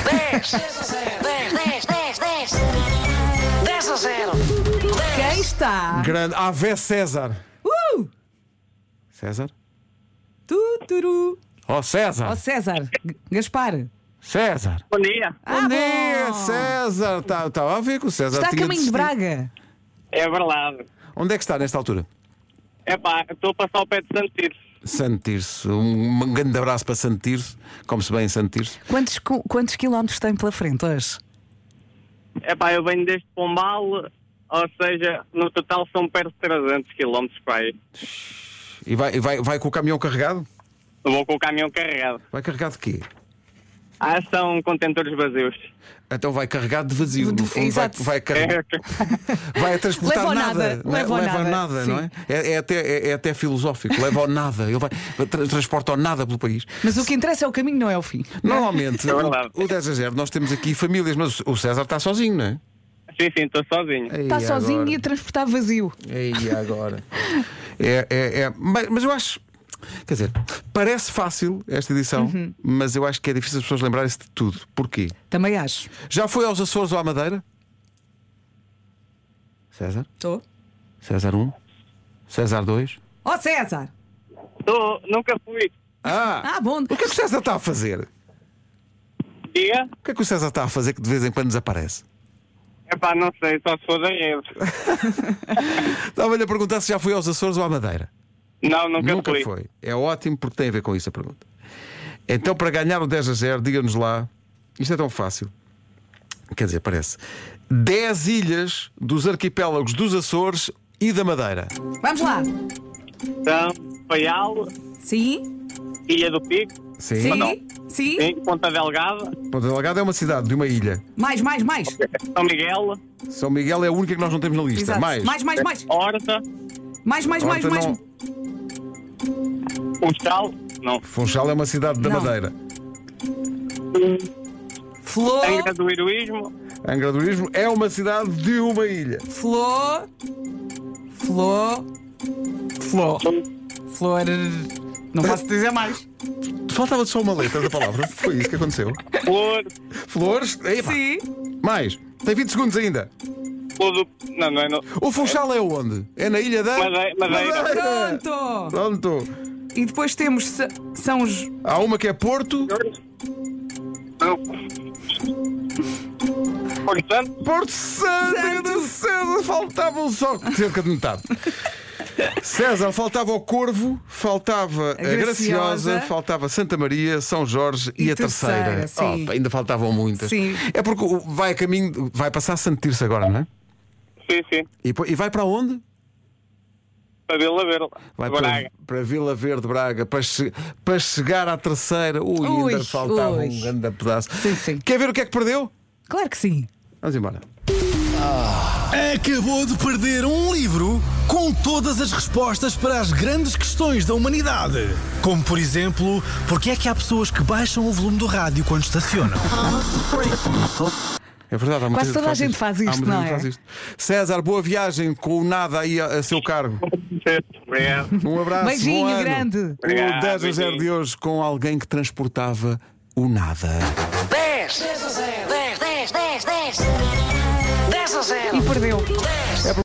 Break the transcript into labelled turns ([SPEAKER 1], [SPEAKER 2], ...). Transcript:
[SPEAKER 1] 10 10 10 10 10 a 0 10
[SPEAKER 2] Quem está?
[SPEAKER 3] Grande. Ave César.
[SPEAKER 2] Uh!
[SPEAKER 3] César?
[SPEAKER 2] Tuturu.
[SPEAKER 3] Oh,
[SPEAKER 2] Ó
[SPEAKER 3] César.
[SPEAKER 2] César, G- Gaspar.
[SPEAKER 3] César.
[SPEAKER 4] Bom dia.
[SPEAKER 2] Ah,
[SPEAKER 3] Bom
[SPEAKER 2] bom.
[SPEAKER 3] dia, César. Estava a ver que o César
[SPEAKER 2] Está a
[SPEAKER 3] tinha
[SPEAKER 2] caminho de
[SPEAKER 3] desistido.
[SPEAKER 2] Braga.
[SPEAKER 4] É verdade.
[SPEAKER 3] Onde é que está nesta altura?
[SPEAKER 4] É pá, estou a passar ao pé de Santo Tirso.
[SPEAKER 3] Santo Tirso. Um grande abraço para Santo Tirso. Come-se bem em Santo Tirso.
[SPEAKER 2] Quantos, cu- quantos quilómetros tem pela frente hoje?
[SPEAKER 4] É pá, eu venho desde Pombal, ou seja, no total são perto de 300 km para aí.
[SPEAKER 3] E vai, e vai, vai com o caminhão carregado?
[SPEAKER 4] Eu Vou com o caminhão carregado.
[SPEAKER 3] Vai carregado de quê?
[SPEAKER 4] Ah, são contentores vazios.
[SPEAKER 3] Então vai carregado de vazio.
[SPEAKER 2] De-
[SPEAKER 3] No fundo, vai,
[SPEAKER 2] exato.
[SPEAKER 3] vai carregar.
[SPEAKER 4] É,
[SPEAKER 3] Vai a transportar
[SPEAKER 2] Leva ao
[SPEAKER 3] nada.
[SPEAKER 2] nada,
[SPEAKER 3] não é?
[SPEAKER 2] leva ao
[SPEAKER 3] ao
[SPEAKER 2] nada,
[SPEAKER 3] nada, não é?
[SPEAKER 2] sim.
[SPEAKER 3] É, é até, é, é até filosófico. Leva ao nada. Ele vai, tra- transporta ao nada pelo país.
[SPEAKER 2] Mas o que interessa é o caminho, não é o fim.
[SPEAKER 3] Normalmente,
[SPEAKER 4] É verdade.
[SPEAKER 3] o, o 10 a 0, nós temos aqui famílias, mas o César está sozinho, não é?
[SPEAKER 4] sim, sim, estou sozinho.
[SPEAKER 2] Está sozinho e a transportar vazio.
[SPEAKER 3] E agora? É, é, é. Mas, mas eu acho. Quer dizer, parece fácil esta edição, mas eu acho que é difícil as pessoas lembrarem-se de tudo. Porquê?
[SPEAKER 2] Também acho.
[SPEAKER 3] Já foi aos Açores ou à Madeira? César?
[SPEAKER 2] Estou.
[SPEAKER 3] César 1? César 2?
[SPEAKER 2] Ó César!
[SPEAKER 4] Tô, nunca fui.
[SPEAKER 3] Ah!
[SPEAKER 2] Ah, bom.
[SPEAKER 3] O que é que o César está a fazer?
[SPEAKER 4] Diga?
[SPEAKER 3] O que é que o César está a fazer que de vez em quando desaparece?
[SPEAKER 4] É pá, não sei, só se for da rede.
[SPEAKER 3] Estava-lhe a perguntar se já foi aos Açores ou à Madeira.
[SPEAKER 4] Não, nunca,
[SPEAKER 3] Nunca
[SPEAKER 4] fui.
[SPEAKER 3] foi. É ótimo porque tem a ver com isso a pergunta. Então, para ganhar o 10 a 0, diga-nos lá. Isto é tão fácil. Quer dizer, parece. 10 ilhas dos arquipélagos dos Açores e da Madeira.
[SPEAKER 2] Vamos lá.
[SPEAKER 4] Então, Paial,
[SPEAKER 2] Sim,
[SPEAKER 4] Ilha do Pico,
[SPEAKER 2] sim,
[SPEAKER 4] não.
[SPEAKER 2] sim.
[SPEAKER 4] sim, Ponta Delgada,
[SPEAKER 3] Ponta Delgada é uma cidade de uma ilha.
[SPEAKER 2] Mais, mais, mais.
[SPEAKER 4] São Miguel,
[SPEAKER 3] São Miguel é a única que nós não temos na lista.
[SPEAKER 2] Exato.
[SPEAKER 3] Mais.
[SPEAKER 2] mais, mais, mais.
[SPEAKER 4] Horta,
[SPEAKER 2] Mais, mais, mais,
[SPEAKER 3] Horta
[SPEAKER 2] mais.
[SPEAKER 3] não.
[SPEAKER 4] Postal, não,
[SPEAKER 3] Funchal é uma cidade da
[SPEAKER 2] Não.
[SPEAKER 3] Madeira.
[SPEAKER 2] Flor,
[SPEAKER 4] Angra do Heroísmo,
[SPEAKER 3] Angra do Heroísmo é uma cidade de uma ilha.
[SPEAKER 2] flor, flor, flor, flor. Não posso dizer mais.
[SPEAKER 3] Faltava só uma letra da palavra. Foi isso que aconteceu.
[SPEAKER 4] Flor,
[SPEAKER 3] Flores. Epá.
[SPEAKER 2] Sim.
[SPEAKER 3] Mais. Tem 20 segundos ainda.
[SPEAKER 4] Flor do... Não, não é... no-
[SPEAKER 3] O Funchal é onde? É na ilha da.
[SPEAKER 4] Madeira- Madeira.
[SPEAKER 2] Pronto.
[SPEAKER 3] Pronto.
[SPEAKER 2] E depois temos Sa- São os.
[SPEAKER 3] Há uma que é Porto.
[SPEAKER 4] Portanto,
[SPEAKER 3] Porto Santo. grande César. Faltavam só cerca de metade. César, faltava o Corvo, faltava a Graciosa,
[SPEAKER 2] Graciosa.
[SPEAKER 3] faltava Santa Maria, São Jorge e,
[SPEAKER 2] E
[SPEAKER 3] a
[SPEAKER 2] Terceira,
[SPEAKER 3] Terceira.
[SPEAKER 2] sim.
[SPEAKER 3] Oh, ainda faltavam muitas.
[SPEAKER 2] Sim.
[SPEAKER 3] É porque o- vai a caminho, vai passar Santo Tirso agora, não é?
[SPEAKER 4] sim, sim,
[SPEAKER 3] E, po- e vai para onde?
[SPEAKER 4] para Vila Verde,
[SPEAKER 3] Vai
[SPEAKER 4] Braga.
[SPEAKER 3] Para, para Vila Verde Braga, para, che- para chegar à terceira. Ui, ainda
[SPEAKER 2] Ui,
[SPEAKER 3] faltava
[SPEAKER 2] ui.
[SPEAKER 3] um grande pedaço.
[SPEAKER 2] Sim, sim.
[SPEAKER 3] Quer ver o que é que perdeu?
[SPEAKER 2] Claro que sim.
[SPEAKER 3] Vamos embora.
[SPEAKER 5] Acabou de perder um livro com todas as respostas para as grandes questões da humanidade. Como, por exemplo, porque é que há pessoas que baixam o volume do rádio quando estacionam?
[SPEAKER 3] É verdade, há muita
[SPEAKER 2] Quase toda a gente
[SPEAKER 3] isto.
[SPEAKER 2] faz
[SPEAKER 3] Há
[SPEAKER 2] isto,
[SPEAKER 3] muita
[SPEAKER 2] não
[SPEAKER 3] gente
[SPEAKER 2] é?
[SPEAKER 3] faz isto. César, boa viagem com o nada aí a, a seu cargo.
[SPEAKER 4] Obrigado.
[SPEAKER 3] Um abraço. bom
[SPEAKER 2] Beijinho
[SPEAKER 3] ano.
[SPEAKER 2] grande.
[SPEAKER 3] O 10 a 0
[SPEAKER 4] beijinho.
[SPEAKER 3] de hoje com alguém que transportava o nada.
[SPEAKER 1] 10 10 10 10 10 10 10 a 0
[SPEAKER 2] E perdeu.